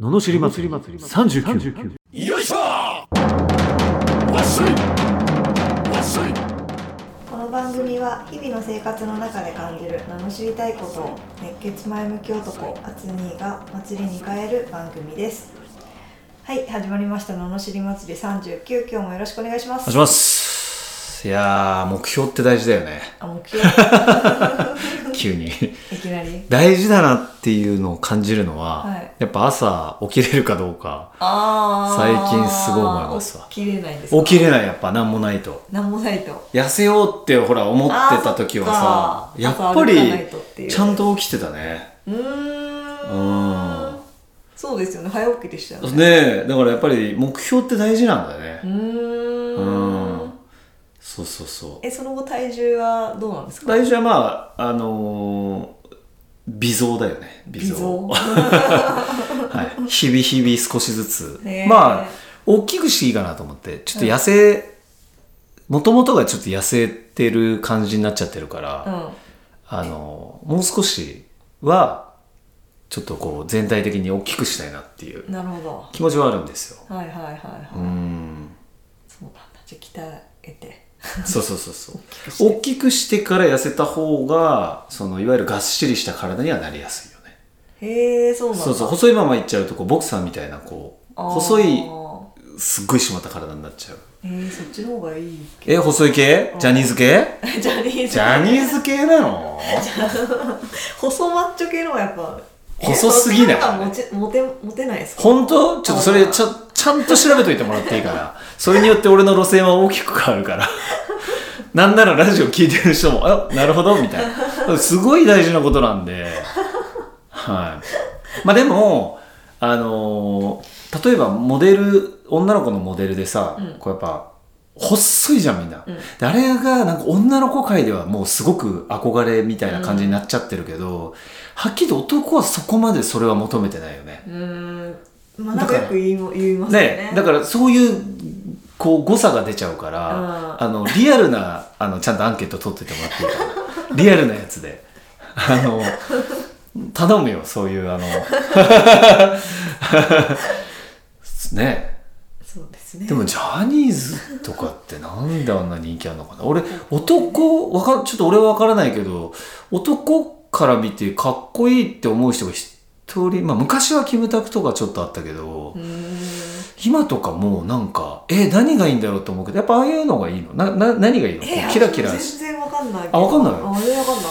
ののしり祭り39よいしょわっしょいわっしょいこの番組は日々の生活の中で感じる名の知りたいことを熱血前向き男アツニーが祭りに変える番組ですはい始まりました「ののしり祭り39」今日もよろしくお願いしまおす願いします。いやー、目標って大事だよね。あ目標い急に。 きなり大事だなっていうのを感じるのは、はいやっぱ朝起きれるかどうか。 あー最近すごい思いますわ起きれないです起きれいない、やっぱ何もないと。なんもないと痩せようってほら思ってた時はあさ、ーやそっっかぱ朝歩かないとっていりうちゃんと起きてたね。ううーんん。そうですよね早起きでしたよねねえ、だからやっぱり目標って大事なんだうね。ーんうん。そうそうそう。えその後体重はどうなんですか大事はまあ、あのー、微増だよね。微増。はい、日々日々少しずつ、ねえまあ大きくしていいかなと思ってちょっと痩せもともとがちょっと痩せてる感じになっちゃってるから、うんあのもう少しはちょっとこう全体的に大きくしたいなっていうなるほ気持ちはあるんですよどはいはいはいはい、うんそうなんだじゃあ鍛えてそうそうそうそうくして 大きくしてから痩せた方がそのいわゆるがっしりした体にはなりやすいよねへえそうなんだそうそう細いままいっちゃうとこうボクサーみたいなこうあー細いすっごい締まった体になっちゃうえー、そっちの方がいいけえ、細い系ジャニーズ系どジャニーズジャニーズ系なの細マッチョ系の方がやっぱ細すぎないえそっちの方がモテモテモテないですか本当ちょっとそれちょ、ちゃんと調べといてもらっていいか な。それによって俺の路線は大きく変わるから。なんならラジオ聞いてる人も、あ、なるほど、みたいな。すごい大事なことなんで。はい。まあでも、あのー例えばモデル、女の子のモデルでさ、うんこうやっぱ、細いじゃんみんな、うんであれがなんか女の子界ではもうすごく憧れみたいな感じになっちゃってるけど、はっきりと男はそこまでそれは求めてないよね。うーんまあなんかよく言いも言いますよねねだからそういうこう誤差が出ちゃうから、うんあのリアルなあのちゃんとアンケート取っててもらっていいかな リアルなやつであの頼むよそういう あのねそうですねでもジャニーズとかってなんであんな人気あるのかな俺男わかんちょっと俺は分からないけど男から見てかっこいいって思う人が一人まあ昔はキムタクとかちょっとあったけど、うーん今とかもうなんか、え、何がいいんだろうと思うけど、やっぱああいうのがいいのな、な、何がいいのこえうキラキラし私も全然わかんないけどあわかんないあ全然わかんない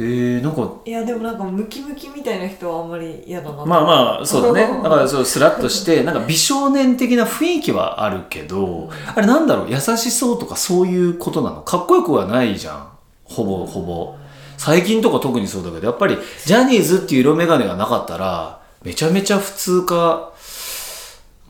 へえ、なんか、いやでもなんかムキムキみたいな人はあんまり嫌だなまああまあ、そうだ ね。だからそう、スラッとして、なんか美少年的な雰囲気はあるけど、あれなんだろう、優しそうとかそういうことなのかっこよくはないじゃん。ほぼほぼ。最近とか特にそうだけど、やっぱりジャニーズっていう色眼鏡がなかったら、めちゃめちゃ普通か、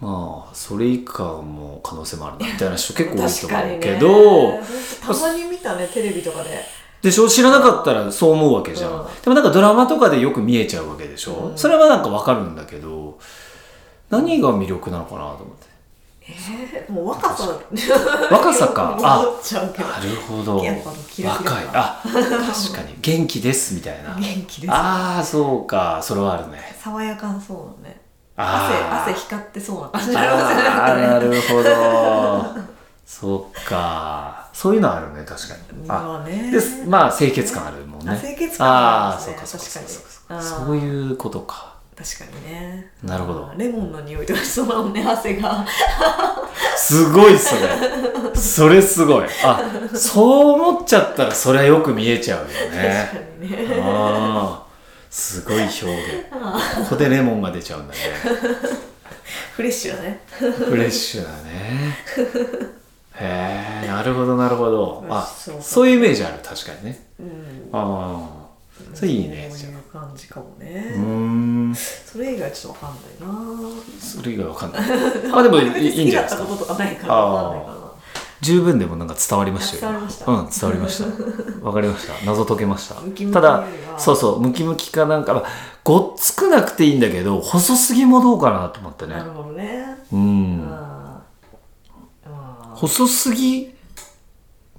まあ、それ以下も可能性もあるな、みたいな人結構多いと確か思にうねけど、たまに見たねテレビとかででしょ知らなかったらそう思うわけじゃん、うんでもなんかドラマとかでよく見えちゃうわけでしょ、うんそれはなんかわかるんだけど何が魅力なのかなと思ってえー、もう若さ若さか戻っちゃうけどなるほどやっぱキラキラ若いあ確かに元気ですみたいな元気ですああそうかそれはあるね爽やかそうだねあ汗ー汗光ってそうな感じになりますねあーなんかなねるほどそっかそういうのあるね確かにあ まあねでまあ清潔感あるもんねあ清潔感ああありそうまかそすうねかそうかそうか確かにそういうことか確かにねなるほどレモンの匂いとかしそうだもんね汗がすごいそれそれすごいあそう思っちゃったらそれはよく見えちゃうよ確ねかにねあーすごい表現ここでレモンが出ちゃうんだねフレッシュだねフレッシュだねへえなるほどなるほどあそうかそういうイメージある確かにねうんああそれいいねそうじゃいう感じかもねあうーんそれ以外ちょっとわかんないなそれ以外わ かんないあでもあんまいりいいいんじゃないですか好きだったことがないからわかんないかな十分でもなんか伝わりましたよ伝わりましたうん伝わりま したわかりました謎解けましたムキムキたよだりはそうそうムキムキかなんかまあごっつくなくていいんだけど細すぎもどうかなと思ってねなるほどねううんんうん細すぎ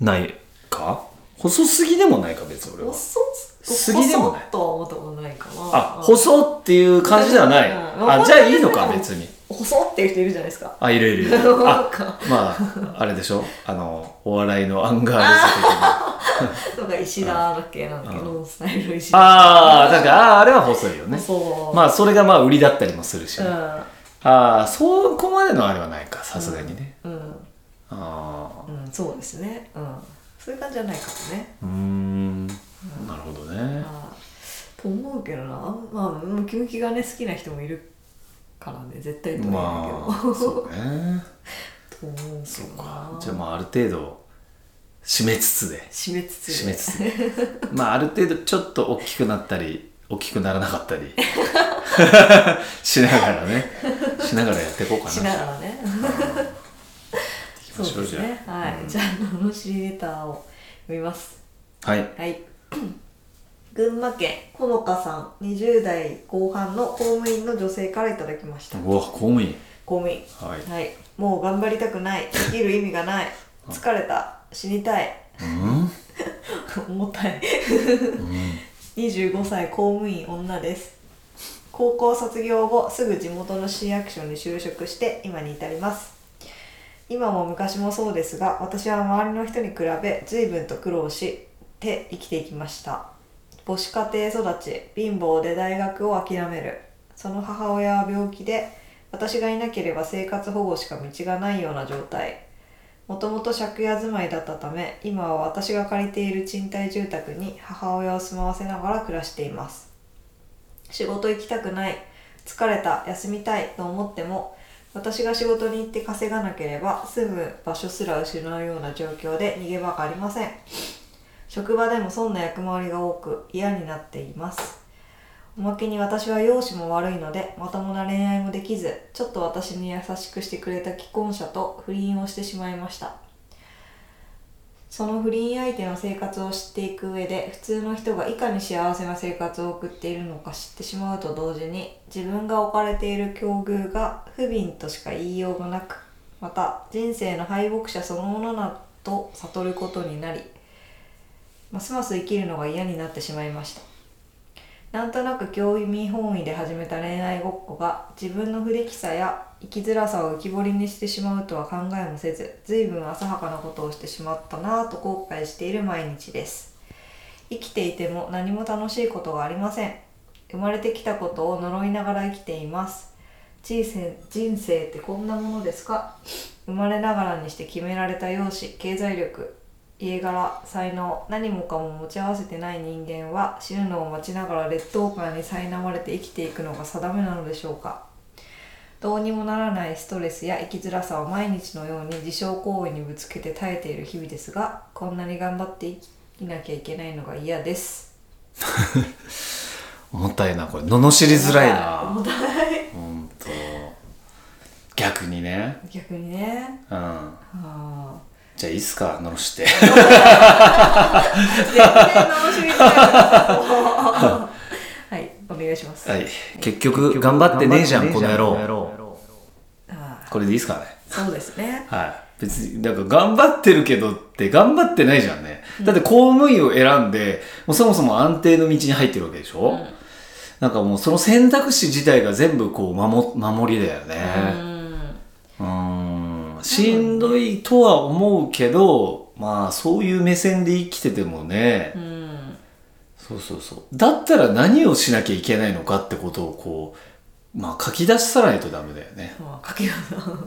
ないか細すぎでもないか別に俺は細杉でもない細っとは思ったことないかなあうん細っていう感じではない、うんあじゃあいいのか別に細っていう人いるじゃないですかあいるいるいるなんあかまああれでしょあのお笑いのアンガールズ的ななんか石田だっけなんだっけうんノンスタイル石田ああだからあーあれは細いよねそうまあそれがまあ売りだったりもするし、ねあああそこまでのあれはないかさすがにね、うんうんああうんそうですねうんそういう感じじゃないかもねうーんなるほどねあーと思うけどなまあムキムキがね好きな人もいるからね絶対と思まうんだけど、あそうねと思うけそうどかなじゃあまあある程度締めつつで締めつつ締めつつまあある程度ちょっと大きくなったり大きくならなかったりしながらねしながらやっていこうかなしながらねいき そましょううですじゃねあはい、うんじゃあの知りレターを読みますはいはい。群馬県ほのかさん20代後半の公務員の女性からいただきました公うわ公務員務員はいはいもう頑張りたくない生きる意味がない疲れた死にたいう ん重たい25歳公務員女です高校卒業後すぐ地元の市役所に就職して今に至ります今も昔もそうですが私は周りの人に比べ随分と苦労して生きていきました母子家庭育ち貧乏で大学を諦めるその母親は病気で私がいなければ生活保護しか道がないような状態もともと借家住まいだったため今は私が借りている賃貸住宅に母親を住まわせながら暮らしています仕事行きたくない疲れた休みたいと思っても私が仕事に行って稼がなければ住む場所すら失うような状況で逃げ場がありません職場でも損な役回りが多く嫌になっていますおまけに私は容姿も悪いのでまともな恋愛もできずちょっと私に優しくしてくれた既婚者と不倫をしてしまいましたその不倫相手の生活を知っていく上で普通の人がいかに幸せな生活を送っているのか知ってしまうと同時に自分が置かれている境遇が不憫としか言いようがなくまた人生の敗北者そのものだと悟ることになりますます生きるのが嫌になってしまいましたなんとなく興味本位で始めた恋愛ごっこが自分の不出来さや生きづらさを浮き彫りにしてしまうとは考えもせず随分浅はかなことをしてしまったなぁと後悔している毎日です生きていても何も楽しいことがありません生まれてきたことを呪いながら生きています人生人生ってこんなものですか生まれながらにして決められた容姿経済力家柄才能何もかも持ち合わせてない人間は死ぬのを待ちながら劣等感に苛まれて生きていくのが定めなのでしょうかどうにもならないストレスや生きづらさを毎日のように自傷行為にぶつけて耐えている日々ですがこんなに頑張って生きなきゃいけないのが嫌です重たいなこれ罵りづらいな重たい本当逆にね逆にねうんあじゃあいいっすか罵してあ全然楽しみたいはいお願いします、はい、結局頑張ってねえじゃんこの野郎ああこれでいいっすかねそうですねはい別になんか頑張ってるけどって頑張ってないじゃんねだって公務員を選んでもうそもそも安定の道に入ってるわけでしょ、なんかもうその選択肢自体が全部こう守守りだようねんうんしんどいとは思うけどまあそういう目線で生きててもね、うんそうそうそう。だったら何をしなきゃいけないのかってことをこう、まあ書き出しさないとダメだよね。まあ、かけよ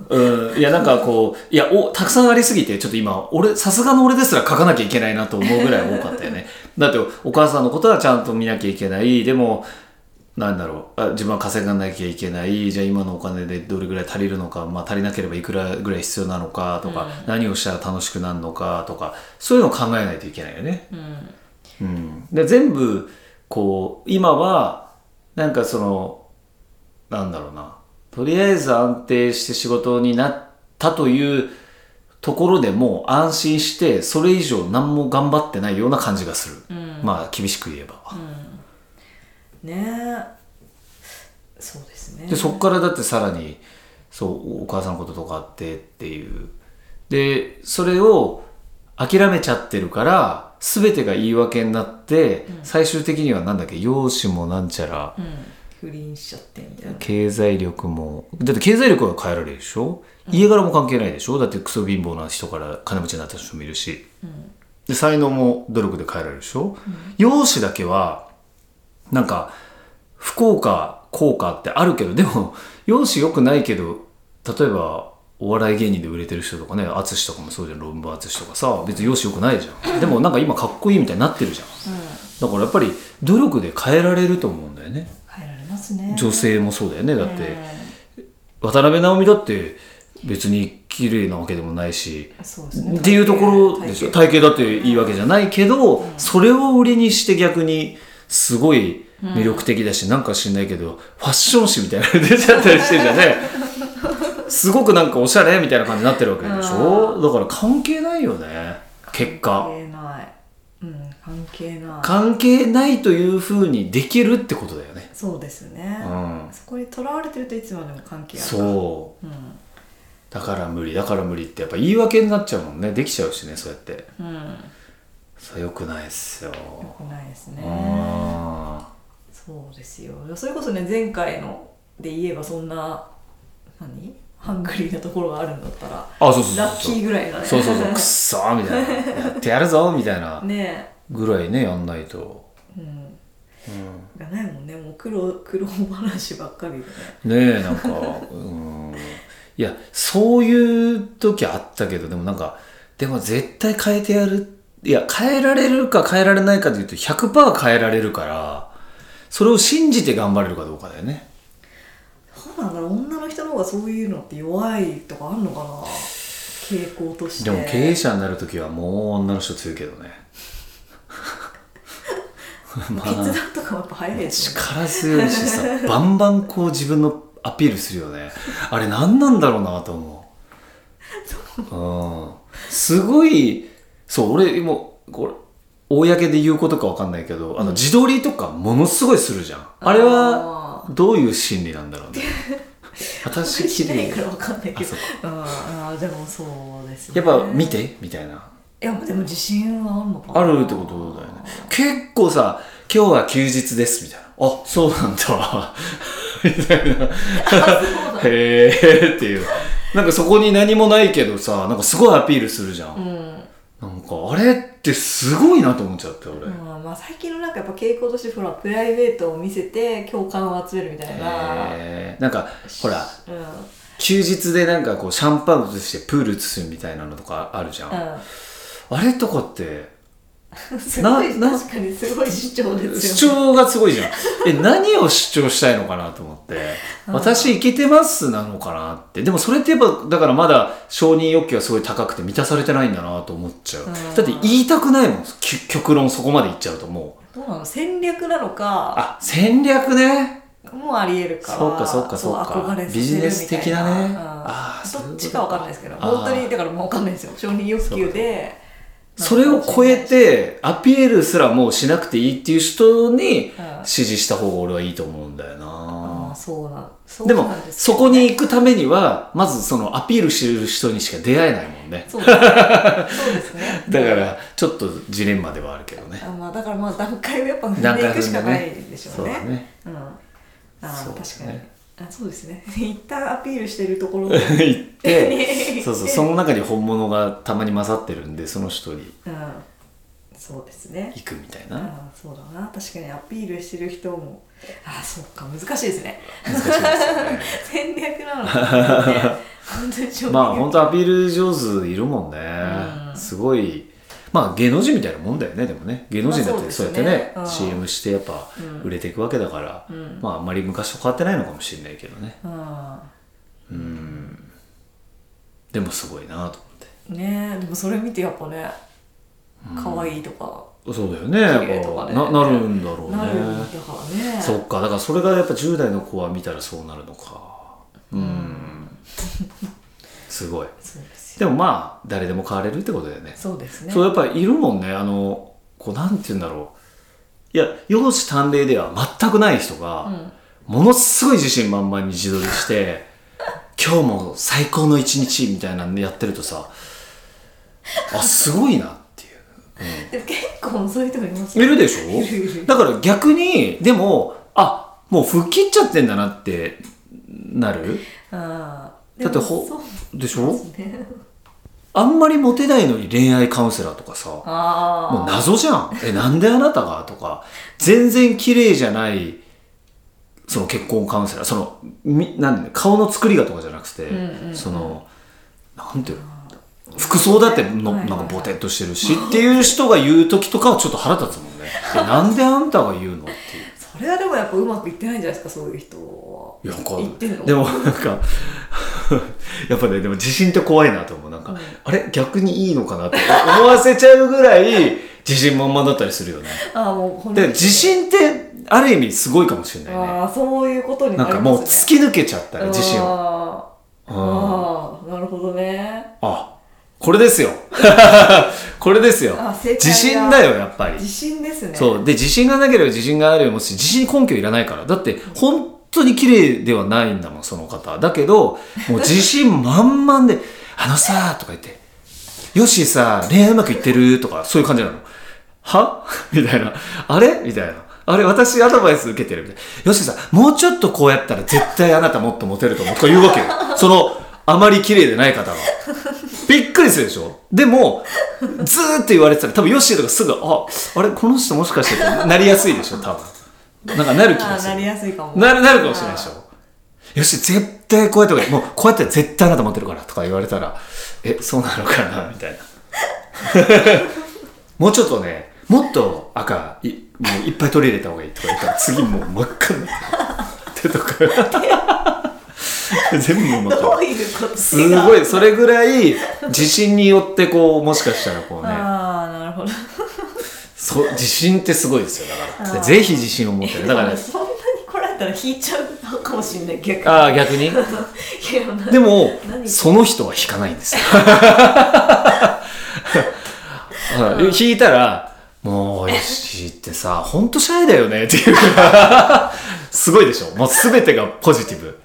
うな。うん。いやなんかこう、いや、お、たくさんありすぎて、ちょっと今、俺、さすがの俺ですら書かなきゃいけないなと思うぐらい多かったよね。だって、お母さんのことはちゃんと見なきゃいけない。でも、なんだろうあ自分は稼がなきゃいけないじゃあ今のお金でどれぐらい足りるのか、まあ、足りなければいくらぐらい必要なのかとか、何をしたら楽しくなるのかとかそういうのを考えないといけないよね。うん。うん、で全部こう今はなんかそのなんだろうなとりあえず安定して仕事になったというところでもう安心してそれ以上何も頑張ってないような感じがする、うんまあ厳しく言えば、ねえ。そうですね。でそっからだってさらにそうお母さんのこととかあってっていうでそれを諦めちゃってるから全てが言い訳になって、最終的にはなんだっけ容姿もなんちゃらうん不倫しちゃってみたいな経済力もだって経済力は変えられるでしょ家柄も関係ないでしょだってクソ貧乏な人から金持ちになった人もいるし、で才能も努力で変えられるでしょ、容姿だけはなんか不幸か幸かってあるけどでも容姿良くないけど例えばお笑い芸人で売れてる人とかね淳とかもそうじゃん論文淳とかさ別に容姿良くないじゃんでもなんか今かっこいいみたいになってるじゃん、だからやっぱり努力で変えられると思うんだよね、変えられますね女性もそうだよねだって、渡辺直美だって別に綺麗なわけでもないし、そうですねっていうところでしょ体体型型だっていいわけじゃないけど、それを売りにして逆にすごい魅力的だし、なんか知んないけどファッション誌みたいなの出ちゃったりしてるじゃん ねすごくなんかおしゃれみたいな感じになってるわけでしょだから関係ないよね結関果係ないうん関係ない関係ないというふうにできるってことだよねそうですねうんそこにとらわれてるといつまでも関係あるからそううんだから無理だから無理ってやっぱ言い訳になっちゃうもんねできちゃうしねそうやってうんそれよくないっすよ良くないですうねんそうですよそれこそね前回ので言えばそんな何ハングリーなところがあるんだったらあそうそうそうラッキーぐらいだねそうそうそうくっそーみたいなやってやるぞみたいな ねぐらいねやんないと、えうんうがないもんねもう苦労苦労話ばっかりでねん、ねえなんかうんいやそういう時あったけどでもなんかでも絶対変えてやるいや変えられるか変えられないかでいうと100%変えられるからそれを信じて頑張れるかどうかだよねそうなんだろう女の人の方がそういうのって弱いとかあんのかな傾向としてでも経営者になる時はもう女の人強いけど ねま決あ断とかもやっぱ早いですね力強いしさバンバンこう自分のアピールするよねあれ何なんだろうなと思う、うん、すごいそう俺もうこれ公で言うことかわかんないけどあの自撮りとかものすごいするじゃんあれはどういう心理なんだ ろうね私し綺ない麗からわかんないけあどそううんあーでもそうですやねっぱ見てみたいないやでも自信はあんのかなあるってことだよね。結構さ、今日は休日ですみたいな。あ、そうなんだ。みたいな。へーっていう。なんかそこに何もないけどさ、なんかすごいアピールするじゃん。なんかあれってすごいなと思っちゃった俺。うんまあ、最近のなんかやっぱ傾向としてほらプライベートを見せて共感を集めるみたいな、へーなんかほら、うんうん休日でなんかこうシャンパン移してプール移すみたいなのとかあるじゃん。あれとかって、すごいな確かにすごい主張です主よね張がすごいじゃん。え、何を主張したいのかなと思って。私、イケてますなのかなって。でも、それってやっぱ、だからまだ承認欲求がすごい高くて満たされてないんだなと思っちゃう。だって言いたくないもん。き極論そこまで言っちゃうともう。どうなの戦略なのかあ、戦略ね。もうありえるからそうかそうかそうか憧れさせるみたいなビジネス的なねうんあーそういうことどっちかわかんないですけどあー本当にだからもうわかんないですよ承認欲求でそれを超えて、アピールすらもうしなくていいっていう人にうん支持した方が俺はいいと思うんだよあなー。そうなんそうでもなん、すそこに行くためには、まずそのアピールしてる人にしか出会えないもんね。そうですねそうですね だから、ちょっとジレンマではあるけどね。あまあだからまあ段階をやっぱ踏段んで階い踏くんしでかねないでしょうね。そうだねうん。ああ、そうだね確かに。あそうですね。 一旦アピールしてるところで、 行 って、そうそう、その中に本物がたまに混ざってるんで、その人にうん。そうですね。行くみたいな。ああそうだな確かにアピールしてる人 もああそうか難しいですね難しいですよね戦略なのかね本当にしょう がまあ、ない本当アピール上手いるもんね。すごい。まあ、芸能人みたいなもんだよね、でもね。芸能人だっまてあそそううやっでてすねね、うん CM してやっぱ売れていくわけだから、まあ、あんまり昔と変わってないのかもしれないけどね。でもすごいなと思って。うんねえでもそれ見てやっぱね可愛いとかそうだよね。綺麗とかねやっぱななるんだろうね。なるんだからねそっか、だからそれがやっぱ10代の子は見たらそうなるのか。うん。すごい。そうですよでもまあ、誰でも変われるってことだよね。そうですねそう、やっぱりいるもんね。あの、こう、なんて言うんだろう。いや、容姿端麗では全くない人が、ものすごい自信満々に自撮りして、 今日も最高の一日みたいなのやってるとさ、あ、すごいなっていう。でも結構そういう人もいますいるででしいるいょるだから逆にでもあもう吹っ切っちゃってんだなってなるああだってほそうでしでょすねあんまりモテないのに恋愛カウンセラーとかさああもう謎じゃんえなんであなたがとか全然綺麗じゃないその結婚カウンセラーそのみなんで顔の作りがとかじゃなくて、んうんうんそのなんていうの服装だっての、はいはいなんかボテっとしてるしっていう人が言う時とかはちょっと腹立つもんねえなんであんたが言うのっていう。それはでもやっぱうまくいってないんじゃないですかそういう人はいやなんか言ってんのでもなんか やっぱねでも自信って怖いなと思うなんか、うんあれ逆にいいのかなって思わせちゃうぐらい自信満々だったりするよねああもうほんとでに自信ってある意味すごいかもしれないねああそういうことにななんりかますもねう突き抜けちゃったね自信をあーうんあーなるほどねあこれですよ これですよあ正解だ自信だよやっぱり自信ですねそうで自信がなければ自信があるよりもし自信に根拠いらないからだって本当に綺麗ではないんだもんその方だけどもう自信満々で 「あのさ」とか言って「よしさ恋愛うまくいってる?」とかそういう感じなの「は? 」 みたいな「あれ?」みたいな「あれ私アドバイス受けてる」みたいな「よしさもうちょっとこうやったら絶対あなたもっとモテると思う」とか言うわけよそのあまり綺麗でない方が。びっくりするでしょでも、ずーっと言われてたら、多分ヨッシーとかすぐ、あ、あれ、この人もしかしてってなりやすいでしょ多分。なんかなる気あがあすなる。りやすいかもなる、なるかもしれないでしょヨッシー、絶対こうやって、もうこうやって絶対あなた持ってるからとか言われたら、え、そうなのかなみたいな。 もうちょっとね、もっと赤い、もういっぱい取り入れた方がいいとか言ったら、次もう真っ赤になってる。手とか。 全部真っ赤ど。ういうことすごいそれぐらい自信によってこうもしかしたらこうねああなるほどそう自信ってすごいですよだからあーぜひ自信を持ってねだから そんなに来られたら引いちゃうかもしれない逆にああ逆にいやなでも何その人は引かないんですよはい 引いたらもうよしってさほんとシャイだよねっていうかすごいでしょもう全てがポジティブ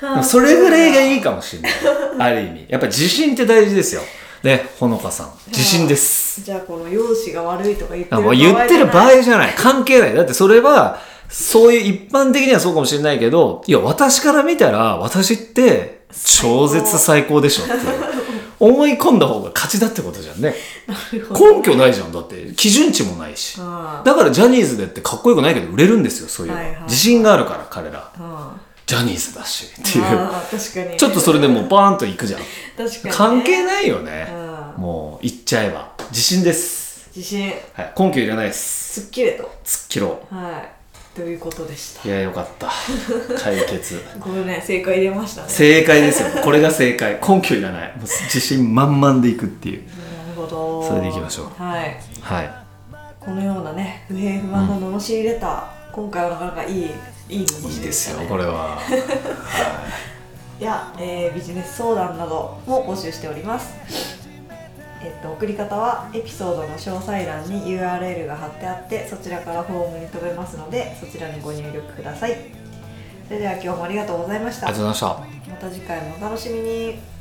でもそれぐらいがいいかもしれないある意味やっぱ自信って大事ですよねほのかさん自信ですじゃあこの容姿が悪いとか言ってあるも場う合言ってる場じゃない合じゃない。関係ない。だってそれは、そういう一般的にはそうかもしれないけど、いや、私から見たら、私って、超絶最高でしょっていう。思い込んだ方が勝ちだってことじゃんね。根拠ないじゃん。だって、基準値もないし。あだからジャニーズでってかっこよくないけど売れるんですよ、そういうのはいはい自信があるから、彼ら。あジャニーズだし、っていう。ああ確かにちょっとそれでもうバーンといくじゃん。確かに、ね、関係ないよね。うんもう、言っちゃえば。自信です。自信はい。根拠いらないです。すっきりと突っ切ろう。はいということでしたいや、よかった。解決。これね正解入れましたね正解ですよ。これが正解。根拠いらない。もう自信満々でいくっていう。なるほどそれでいきましょうはいはこのようなね不平不満の罵りレター、今回はなかなかいいいいい。いい罵りででしすたよ、ねこれは。いや、えービジネス相談なども募集しております。えっと、送り方はエピソードの詳細欄に URL が貼ってあってそちらからフォームに飛べますのでそちらにご入力くださいそれでは今日もありがとうございましたありがとうございました。また次回もお楽しみに